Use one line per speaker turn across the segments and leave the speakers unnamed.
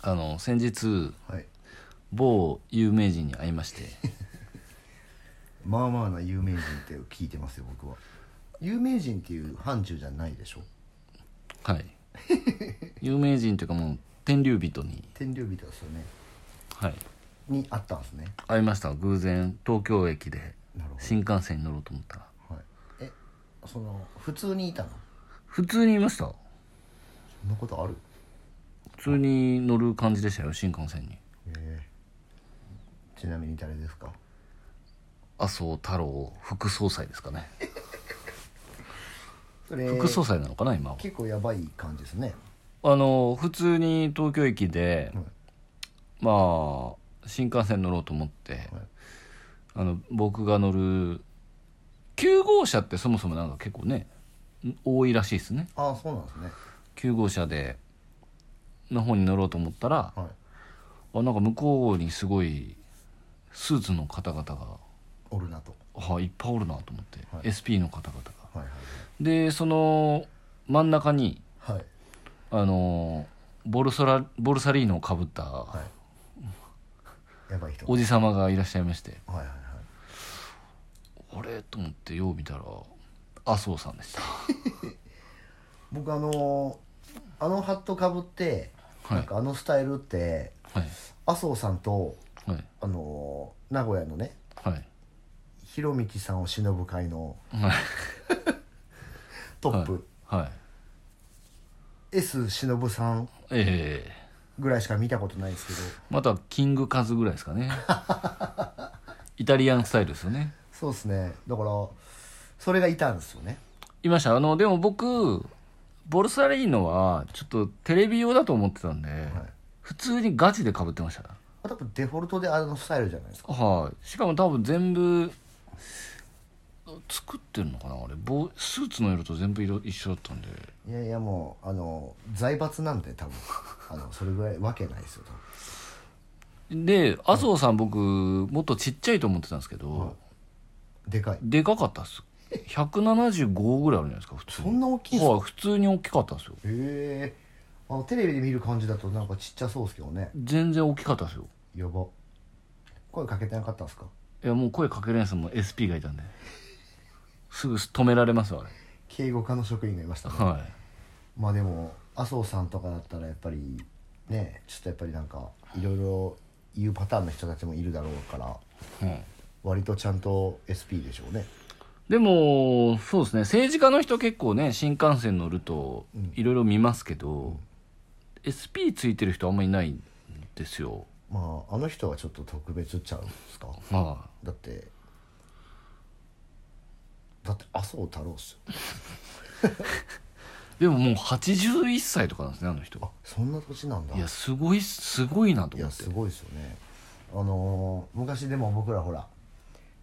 あの先日
はい
某有名人に会いまして
まあまあな有名人って聞いてますよ僕は有名人っていう範疇じゃないでしょ
はい有名人というかもう天竜人に、
天竜人ですよね
はい、
にあったんですね
会いました偶然東京駅で
なるほ
新幹線に乗ろうと思ったら
ど、はい、えその普通にいたの
普通にいました
そんなことある
普通に乗る感じでしたよ新幹線に
ええちなみに誰ですか
麻生太郎副総裁ですかね
それ
副総裁なのかな今は
結構やばい感じですね
あの普通に東京駅で、
はい
まあ新幹線乗ろうと思って、
はい
あの僕が乗る9号車ってそもそもなんか結構ね多いらしいですね
ああそうなんですね
9号車での方に乗ろうと思ったら
はい
あなんか向こうにすごいスーツの方々が、
おるなと
はあ、いっぱいおるなと思って、
はい
SP の方々が
はい
でその真ん中に
はいはい
あのボルソラボルサリーノをかぶった
はいやばい人
おじ様がいらっしゃいまして
はいはいはい
あれと思ってよう見たら麻生さんでした
僕あのーあのハットかぶって、
はい
なんかあのスタイルって
はい
麻生さんと
はい
あのー名古屋のね
はい
ひろみきさんを忍ぶ会の
はい
トップ、
はい
S 忍さん
ええ
ぐらいしか見たことないですけど
またキングカズぐらいです かねイタリアンスタイルですよね
そうですねだからそれがいたんですよね
いましたあのでも僕ボルサリーノはちょっとテレビ用だと思ってたんで、普通にガチでかぶってました
多分デフォルトであのスタイルじゃないですか
はい、しかも多分全部作ってるのかなあれ帽スーツの色と全部色一緒だったんで
いやいやもうあの財閥なんで多分あのそれぐらいわけないですよ多分
で麻生さん僕もっとちっちゃいと思ってたんですけど、
でかい
でかかったっす175ぐらいあるじゃないですか普通
そんな大きいんすか
はい普通に大きかったっすよ
へえあのテレビで見る感じだとなんかちっちゃそうですけどね
全然大きかったっすよ
やば声かけてなかったんですか
いやもう声かけれんすもん SP がいたんですぐ止められますよあれ
敬語課の職員がいましたね
は
まあでも麻生さんとかだったらやっぱりねちょっとやっぱりなんかいろいろ言うパターンの人たちもいるだろうから
い、うん
割とちゃんと SP でしょうね
でもそうですね政治家の人結構ね新幹線乗ると
うん
いろいろ見ますけど、SP ついてる人あんまりいないんですよ
まああの人はちょっと特別ちゃうんですか
ま
だってだって麻生太郎っすよ
あでももう81歳とかなんですねあの人
あそんな年なんだ
いやすごいすごいなと
い
思
や
って
すごいですよねあのー昔でも僕らほら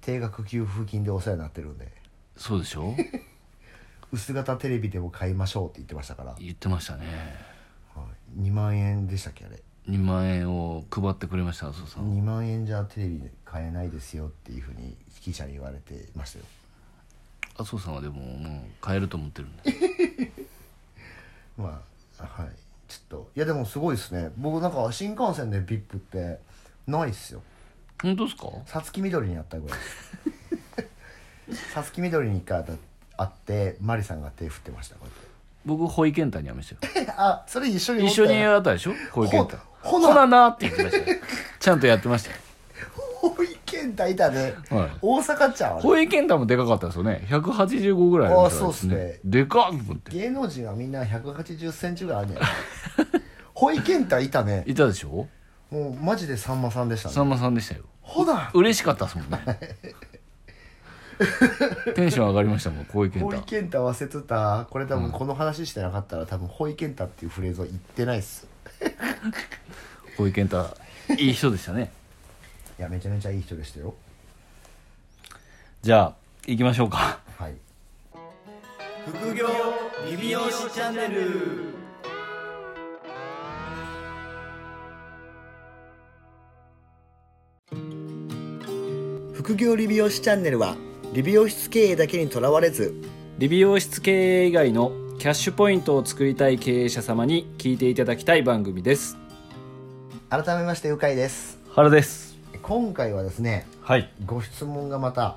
定額給付金でお世話になってるんで
そうでし ょ
薄型テレビでも買いましょうって言ってましたから、は
言ってましたね
い、2万円でしたっけあれ
2万円を配ってくれました麻生さん
2万円じゃテレビで買えないですよっていうふうに記者に言われてましたよ
麻生さんはでももう買えると思ってるん で
まああはいちょっといやでもすごいですね僕なんか新幹線で VIP ってないっすよ
本当ですか
さつきみどりにあった ぐらいですさつきみどりに一回あた会ってマリさんが手振ってましたこうやって
僕ホイケンタに会いましたよ
あそれ一緒におっ
一
たよ
緒にやったでしょ小池太
ほほ
ほな
な
なって言ってま したよちゃんとやってましたよ
保育園大だね、
はい
大阪ちゃんあれ
小池健太もでかかったですよね185ぐらいあるみたい
あそうっすね
でかっと思って
芸能人はみんな1 8 0ンチぐらいあるんじゃない保育園大いたね
いたでしょ
もうマジでさんまさんでした
さ
ね
んまさんでしたよ
ほな
嬉しかったです もんねテンション上がりましたもん小池健
保
太
育園大忘れてたこれ多分この話してなかったら多分保育園太っていうフレーズを言ってないっす
小池健太いい人でしたね
いやめちゃめちゃいい人でしたよ
じゃあ行きましょうか
はい
副業リビオシチャンネル
副業理美容師チャンネルは理美容室経営だけにとらわれず
理美容室経営以外のキャッシュポイントを作りたい経営者様に聞いていただきたい番組です
改めましてうかいです
原です
今回はですね
はい
ご質問がまた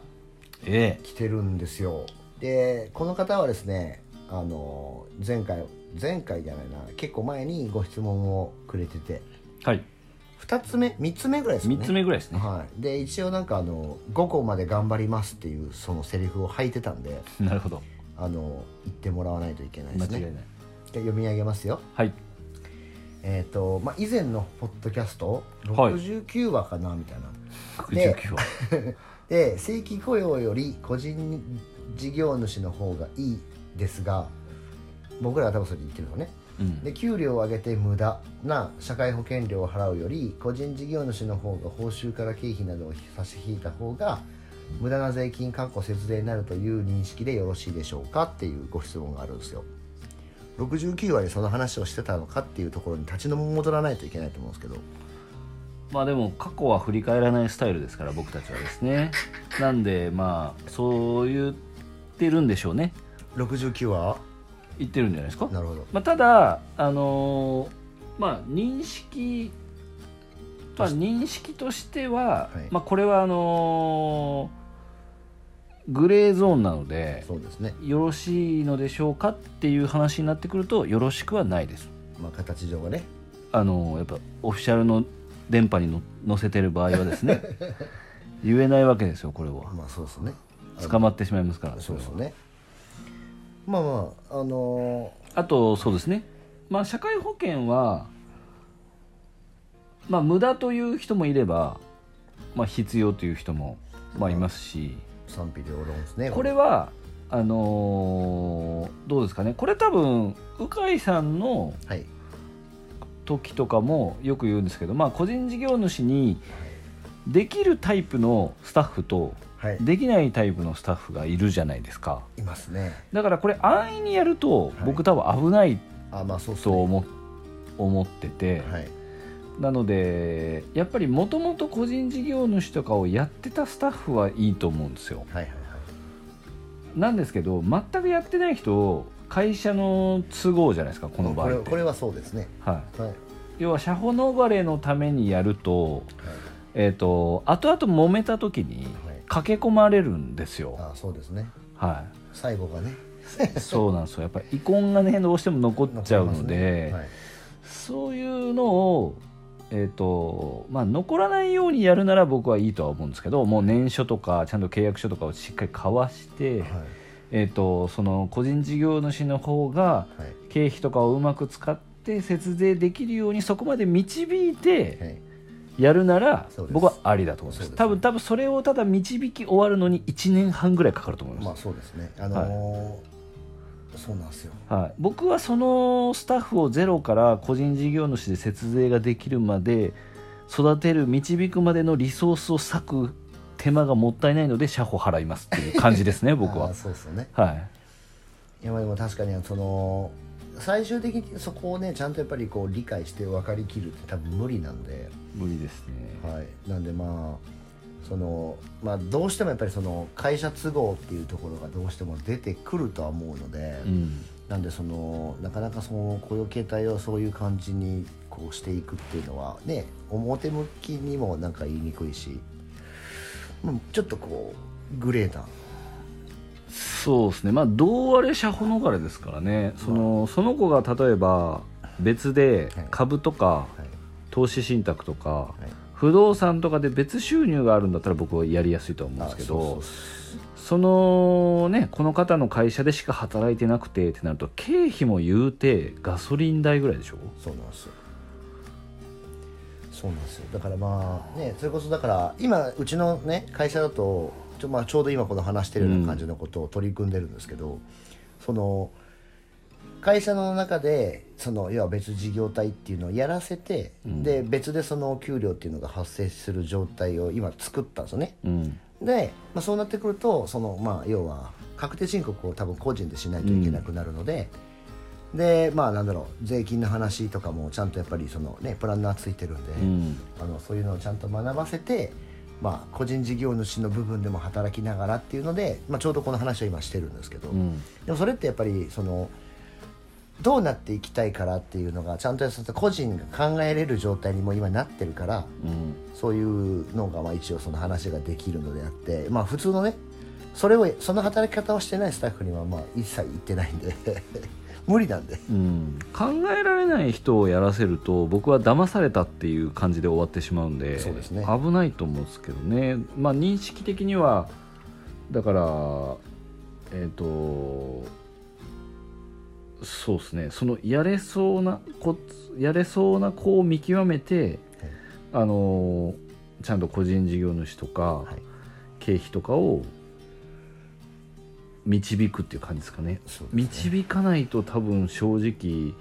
え
来てるんですよでこの方はですねあの前回前回じゃないな結構前にご質問をくれてて
えはい
2つ目3つ目ぐらいですかね
3つ目ぐらいですね
はい、で一応なんかあの「5個まで頑張ります」っていうそのセリフを吐いてたんで
なるほど
あの言ってもらわないといけないで
間
すね
違いない
じゃあ読み上げますよ
はい
えっ、と、まあ、以前のポッドキャスト
はい
69話かなみたいな、で
69は
で正規雇用より個人事業主の方がいいですが僕らは多分それ言ってるのね
うん
で給料を上げて無駄な社会保険料を払うより個人事業主の方が報酬から経費などを差し引いた方が無駄な税金確保節税になるという認識でよろしいでしょうかっていうご質問があるんですよ69話でその話をしてたのかっていうところに立ち戻らないといけないと思うんですけど
まあでも過去は振り返らないスタイルですから僕たちはですねなんでまあそう言ってるんでしょうね
69話
言ってるんじゃないですか
なるほど
まあ、ただあのーまあ認識まあ認識としては、
はい
まあこれはあのーグレーゾーンなので
そうですね
よろしいのでしょうかっていう話になってくるとよろしくはないです
まあ形上はね
あのーやっぱオフィシャルの電波にの載せてる場合はです ね言えないわけですよこれは
まあそうですね
捕まってしまいますから
そうですねまあまああの
あとそうですね、まあ、社会保険は、まあ、無駄という人もいれば、まあ、必要という人も、まあ、いますし、
ー賛否両論ですね
これはあのーどうですかねこれ多分鵜飼さんの
はい
時とかもよく言うんですけど、まあ、個人事業主にできるタイプのスタッフと
はい
できないタイプのスタッフがいるじゃないですか
いますね
だからこれ安易にやると
はい
僕多分危ない
あまあそうです
と
ね
思,、思ってて。
はい
なのでやっぱりもともと個人事業主とかをやってたスタッフはいいと思うんですよ
はいはいはい
なんですけど全くやってない人会社の都合じゃないですかこの場
これ
合って
これはそうですね
はい、
はい、はい、
要は社保逃れのためにやると,、えー、と後々揉めた時に
はい
駆け込まれるんですよ
あそうですね
は
最後がね
いそうなんですよやっぱり遺婚がねどうしても残っちゃうので、
残りますねはい
そういうのを、えーとまあ、残らないようにやるなら僕はいいとは思うんですけどもう年書とかちゃんと契約書とかをしっかり交わして、
はい
えー、とその個人事業主の方が
はい
経費とかをうまく使って節税できるようにそこまで導い
は
て
い
やるなら
そうです
僕はありだと思います
そうです
多分多分それをただ導き終わるのに1年半ぐらいかかると思います、
まあそうですねあのーそうなんですよ
はい、僕はそのスタッフをゼロから個人事業主で節税ができるまで育てる導くまでのリソースを割く手間がもったいないので社保払いますっていう感じ ですね僕
あー
は
そうですよね
はい
いやまあでも確かにその最終的にそこをねちゃんとやっぱりこう理解して分かりきるって多分無理なんで
無理ですね
はい、なんでまあその、まあ、どうしてもやっぱりその会社都合っていうところがどうしても出てくるとは思うので、
うん
なんでそのなかなかその雇用形態をそういう感じにこうしていくっていうのはね表向きにもなんか言いにくいし、うん、ちょっとこうグレーな
そうですねまあどうあれ社保逃れですからねそのその子が例えば別で
はい
株とか
はい
投資信託とか
はい
不動産とかで別収入があるんだったら僕はやりやすいとは思うんですけど
あそうそう
そのねこの方の会社でしか働いてなくてってなると経費も言うてガソリン代ぐらいでしょ
そうそうなんですよそうなんですよだからまあねそれこそだから今うちのね会社だとちょ,、まあ、ちょうど今この話してるような感じのことを取り組んでるんですけど、その会社の中でその要は別事業体っていうのをやらせて、で別でその給料っていうのが発生する状態を今作ったんですよね。
うん
で、まあ、そうなってくるとその、まあ、要は確定申告を多分個人でしないといけなくなるので、でまあなんだろう税金の話とかもちゃんとやっぱりその、ね、プランナーついてるんで、
うん
あのそういうのをちゃんと学ばせて、まあ、個人事業主の部分でも働きながらっていうので、まあ、ちょうどこの話を今してるんですけど、
うん
でもそれってやっぱりそのどうなっていきたいからっていうのがちゃんとやっと個人が考えれる状態にもう今なってるから
うん
そういうのがまあ一応その話ができるのであってまあ普通のねそれをその働き方をしてないスタッフにはまあ一切言ってないんで 無理なんで
うん、考えられない人をやらせると僕は騙されたっていう感じで終わってしまうんで
そうですね
危ないと思うんですけどね、まあ、認識的にはだからえっ、とそうですねそのやれそうな子やれそうな子を見極めて、あのちゃんと個人事業主とか、
い
経費とかを導くっていう感じですかね。
そうですね
導かないと多分正直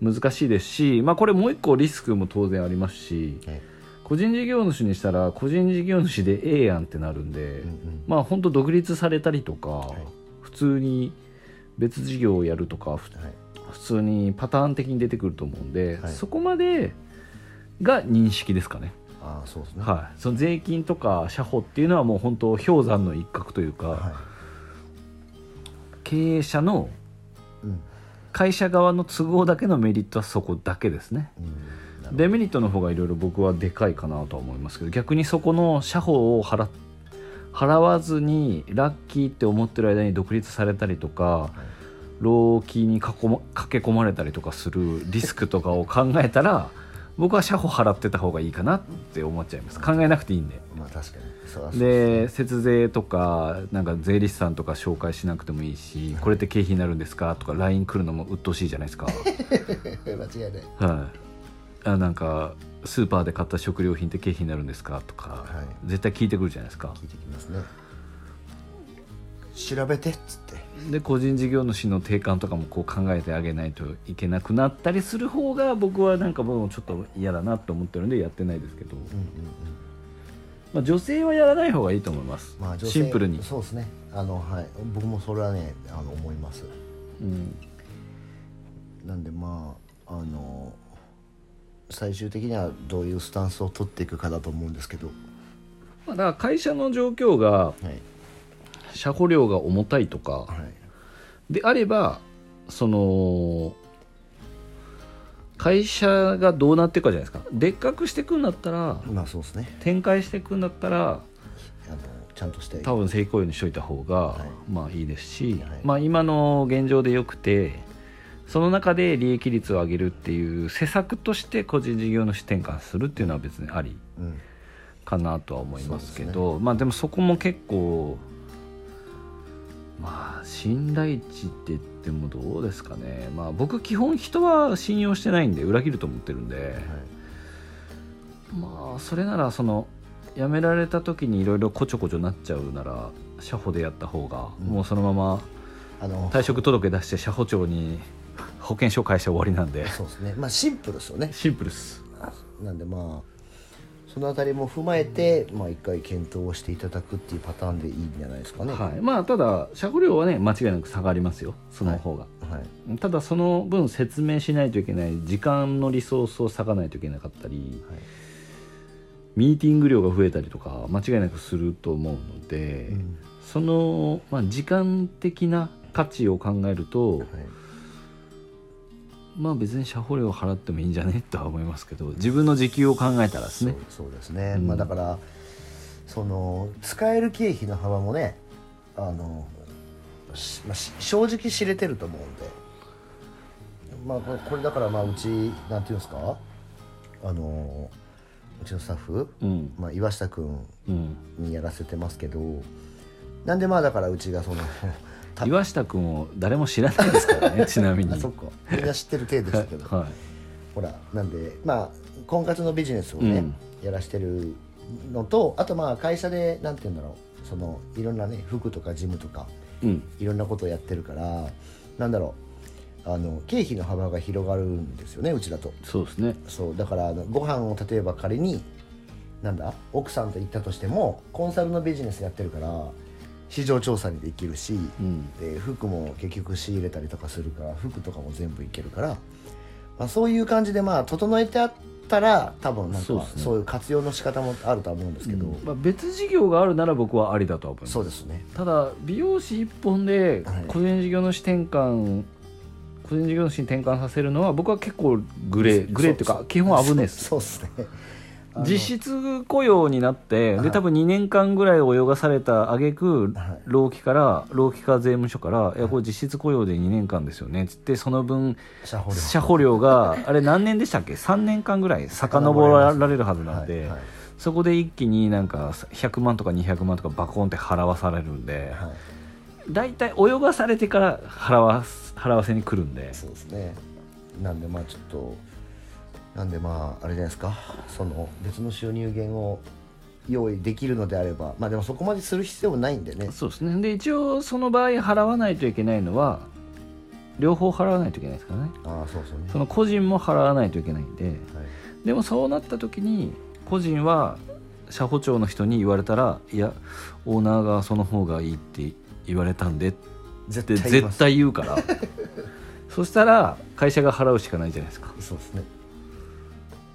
難しいですし、まあ、これもう一個リスクも当然ありますし
え
個人事業主にしたら個人事業主でええやんってなるんで、
うんうん
まあ本当独立されたりとか、
い
普通に別事業をやるとかふ
はい
普通にパターン的に出てくると思うんで、
はい
そこまでが認識ですかね、
ああそうですね
はい、その税金とか社保っていうのはもう本当氷山の一角というか、
は
経営者の
いうん
会社側の都合だけのメリットはそこだけですね
うんなるほど
デメリットの方がいろいろ僕はでかいかなとは思いますけど逆にそこの社保を払っ払わずにラッキーって思ってる間に独立されたりとか労基にかこも駆け込まれたりとかするリスクとかを考えたら僕は社保払ってた方がいいかなって思っちゃいます考えなくていいんで。
まあ確かにそうだそう
で節税とかなんか税理士さんとか紹介しなくてもいいしこれって経費になるんですかとか LINE 来るのも鬱陶しいじゃないです か。
間違いない
はい、あなんかスーパーで買った食料品って経費になるんですかとか、
はい
絶対聞いてくるじゃないですか
聞いてきますね調べてっつって
で個人事業主の定款とかもこう考えてあげないといけなくなったりする方が僕はなんかもうちょっと嫌だなと思ってるんでやってないですけど、
うんうんうん
まあ、女性はやらない方がいいと思います、
まあ、女性
シンプルに、
そうですねあの、はい、僕もそれはねあの思います
うん
なんでまああの最終的にはどういうスタンスを取っていくかだと思うんですけど、
まあ、だから会社の状況が
はい
車保料が重たいとか
はい、
であればその会社がどうなっていくかじゃないですかでっかくしていくんだったら
まあそうですね
展開していくんだったら
あのちゃんとして
多分正規雇用にしといた方が、
はい
まあいいですし、
はい
まあ今の現状でよくてその中で利益率を上げるっていう施策として個人事業主転換するっていうのは別にあり
うん
かなとは思いますけ
そ
どまあでもそこも結構まあ信頼値って言ってもどうですかねまあ僕基本人は信用してないんで裏切ると思ってるんで、
はい
まあそれならその辞められた時にいろいろこちょこちょなっちゃうなら社保でやった方が、
うん
もうそのまま
あの
退職届出して社保庁に保険証会社終わりなんで
そうですねまあシンプルですよね
シンプルっす
なんでまあそのあたりも踏まえて、まあ、一回検討をしていただくっていうパターンでいいんじゃないですかね
はい、まあただ社保料はね間違いなく下がりますよその方が、
はい、
ただその分説明しないといけない時間のリソースを割かないといけなかったりミーティング量が増えたりとか間違いなくすると思うので、
うん
その、まあ、時間的な価値を考えると、
はい
まあ別に社保料払ってもいいんじゃねとは思いますけど自分の時給を考えたらですね
そうそうですね、
うん
まあだからその使える経費の幅もねあの、しまあ、し正直知れてると思うんでまあこれこれだからまあうちなんていうんですかあのうちのスタッフ、
うん
まあ、岩下君
うん
にやらせてますけどなんでまあだからうちがその た
岩下君を誰も知らないですから ねちなみに
あそっかみんな知ってる程度で
は
す
い
けど、
はい
ほらなんでまあ婚活のビジネスをね、
うん
やらしてるのとあとまあ会社でなんて言うんだろうそのいろんなね服とかジムとか
うん
いろんなことをやってるからなんだろうあの経費の幅が広がるんですよねうちだと
そうですね
そうだからあのご飯を例えば仮になんだ奥さんと行ったとしてもコンサルのビジネスやってるから市場調査にできるし、
うん
で服も結局仕入れたりとかするから服とかも全部いけるから、まあ、そういう感じでまあ整えてあったら多分なんか
そうですね
そういう活用の仕方もあるとは思うんですけど、
まあ、別事業があるなら僕はありだとは思います
そうですね
ただ美容師一本で
はい
個人事業主転換個人事業主に転換させるのは僕は結構グレーグレーっていう
そ
か基本危ねえっす
そうですね あの
実質雇用になって
はい
で多分2年間ぐらい泳がされた挙句
はい
労基から労基課税務署から「いやこれ実質雇用で2年間ですよね」っつってその分
社保料
社保料があれ何年でしたっけ3年間ぐらい遡られるはずなん
はい
で
はい
そこで一気になんか100万とか200万とかバコンって払わされるんで
はい
大体泳がされてから払わす払わせに来るんで
そうですねなんでまあちょっとなんでまああれじゃないですかその別の収入源を用意できるのであればまあでもそこまでする必要もないんでね
そうですねで一応その場合払わないといけないのは両方払わないといけないですからね
ああそうそうね
その個人も払わないといけないんで
はい
でもそうなった時に個人は社保庁の人に言われたらいやオーナーがその方がいいって言われたんでって
絶対言いま
絶
す
対言うから そしたら会社が払うしかないじゃないですか
そうですね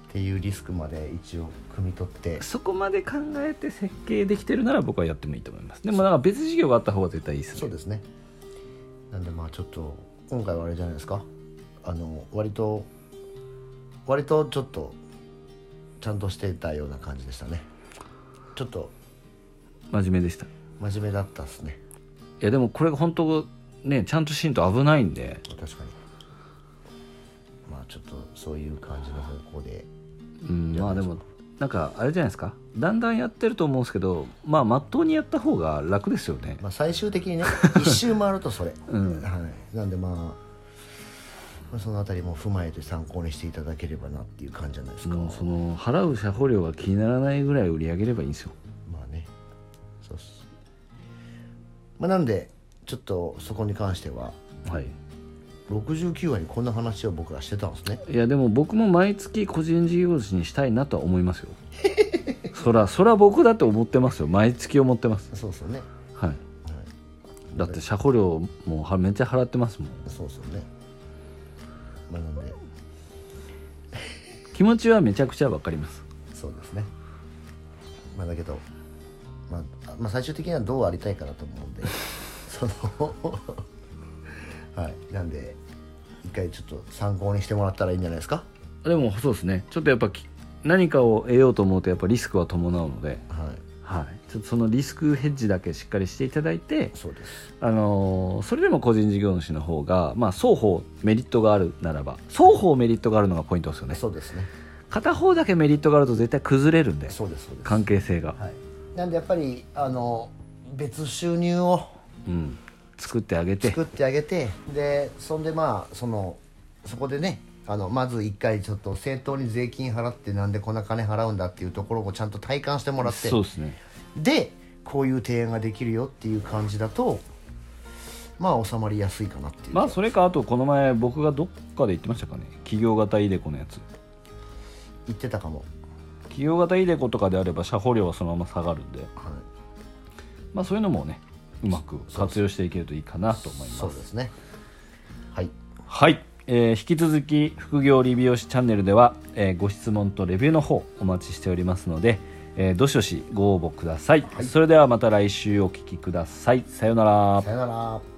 っていうリスクまで一応汲み取って
そこまで考えて設計できてるなら僕はやってもいいと思いますでもなんか別事業があった方が絶対いいですね
そうですねなんでまあちょっと今回はあれじゃないですかあの割と割とちょっとちゃんとしてたような感じでしたねちょっと
真面目でしたい
真面目だったですね
やでもこれが本当ねちゃんとしんと危ないんで
確かにまあちょっとそういう感じの方向で
うんまあ
い
で
や
もなんかあれじゃないですかだんだんやってると思うんですけどまあまっとうにやった方が楽ですよね
まあ最終的にね一周回るとそれ、
うん
はい、なんでまあまあそのあたりも踏まえて参考にしていただければなっていう感じじゃないですか、
もうその払う社保料が気にならないぐらい売り上げればいいんですよ
まあねそうっすまあなんでちょっとそこに関しては
はい
69話にこんな話を僕らしてたんですね
いやでも僕も毎月個人事業主にしたいなとは思いますよそらそら僕だって思ってますよ毎月思ってます
そうそうね、
はい
はい、
だって社保料もはめっちゃ払ってますもん
そうそうねまあなんで
気持ちはめちゃくちゃわかります
そうですねまあだけど、まあ、あまあ最終的にはどうありたいかなと思 うんでそのはいなんで一回ちょっと参考にしてもらったらいいんじゃないですか
でもそうですねちょっとやっぱき何かを得ようと思うとやっぱリスクは伴うので
はい
はい、ちょっとそのリスクヘッジだけしっかりしていただいて、
そうです
あのーそれでも個人事業主の方が、まあ、双方メリットがあるならば双方メリットがあるのがポイントですよね
そうですね
片方だけメリットがあると絶対崩れるんで
そうですそうです
関係性が、
はい、なんでやっぱりあの別収入を
うん、作ってあげて
作ってあげてでそんでまあそのそこでねあのまず一回ちょっと正当に税金払ってなんでこんな金払うんだっていうところをちゃんと体感してもらって
そうですね
でこういう提案ができるよっていう感じだとまあ収まりやすいかなっていう、
まあそれかあとこの前僕がどっかで言ってましたかね企業型イデコのやつ
言ってたかも、
企業型イデコとかであれば社保料はそのまま下がるんで、
は
まあ、そういうのもねうまく活用していけるといいかなと思い
い、
ます
そうですねはい
はい、えー引き続き副業理美容師チャンネルでは、えーご質問とレビューの方お待ちしておりますので、えーどしどしご応募ください、それではまた来週お聞きくださいさようなら
さよなら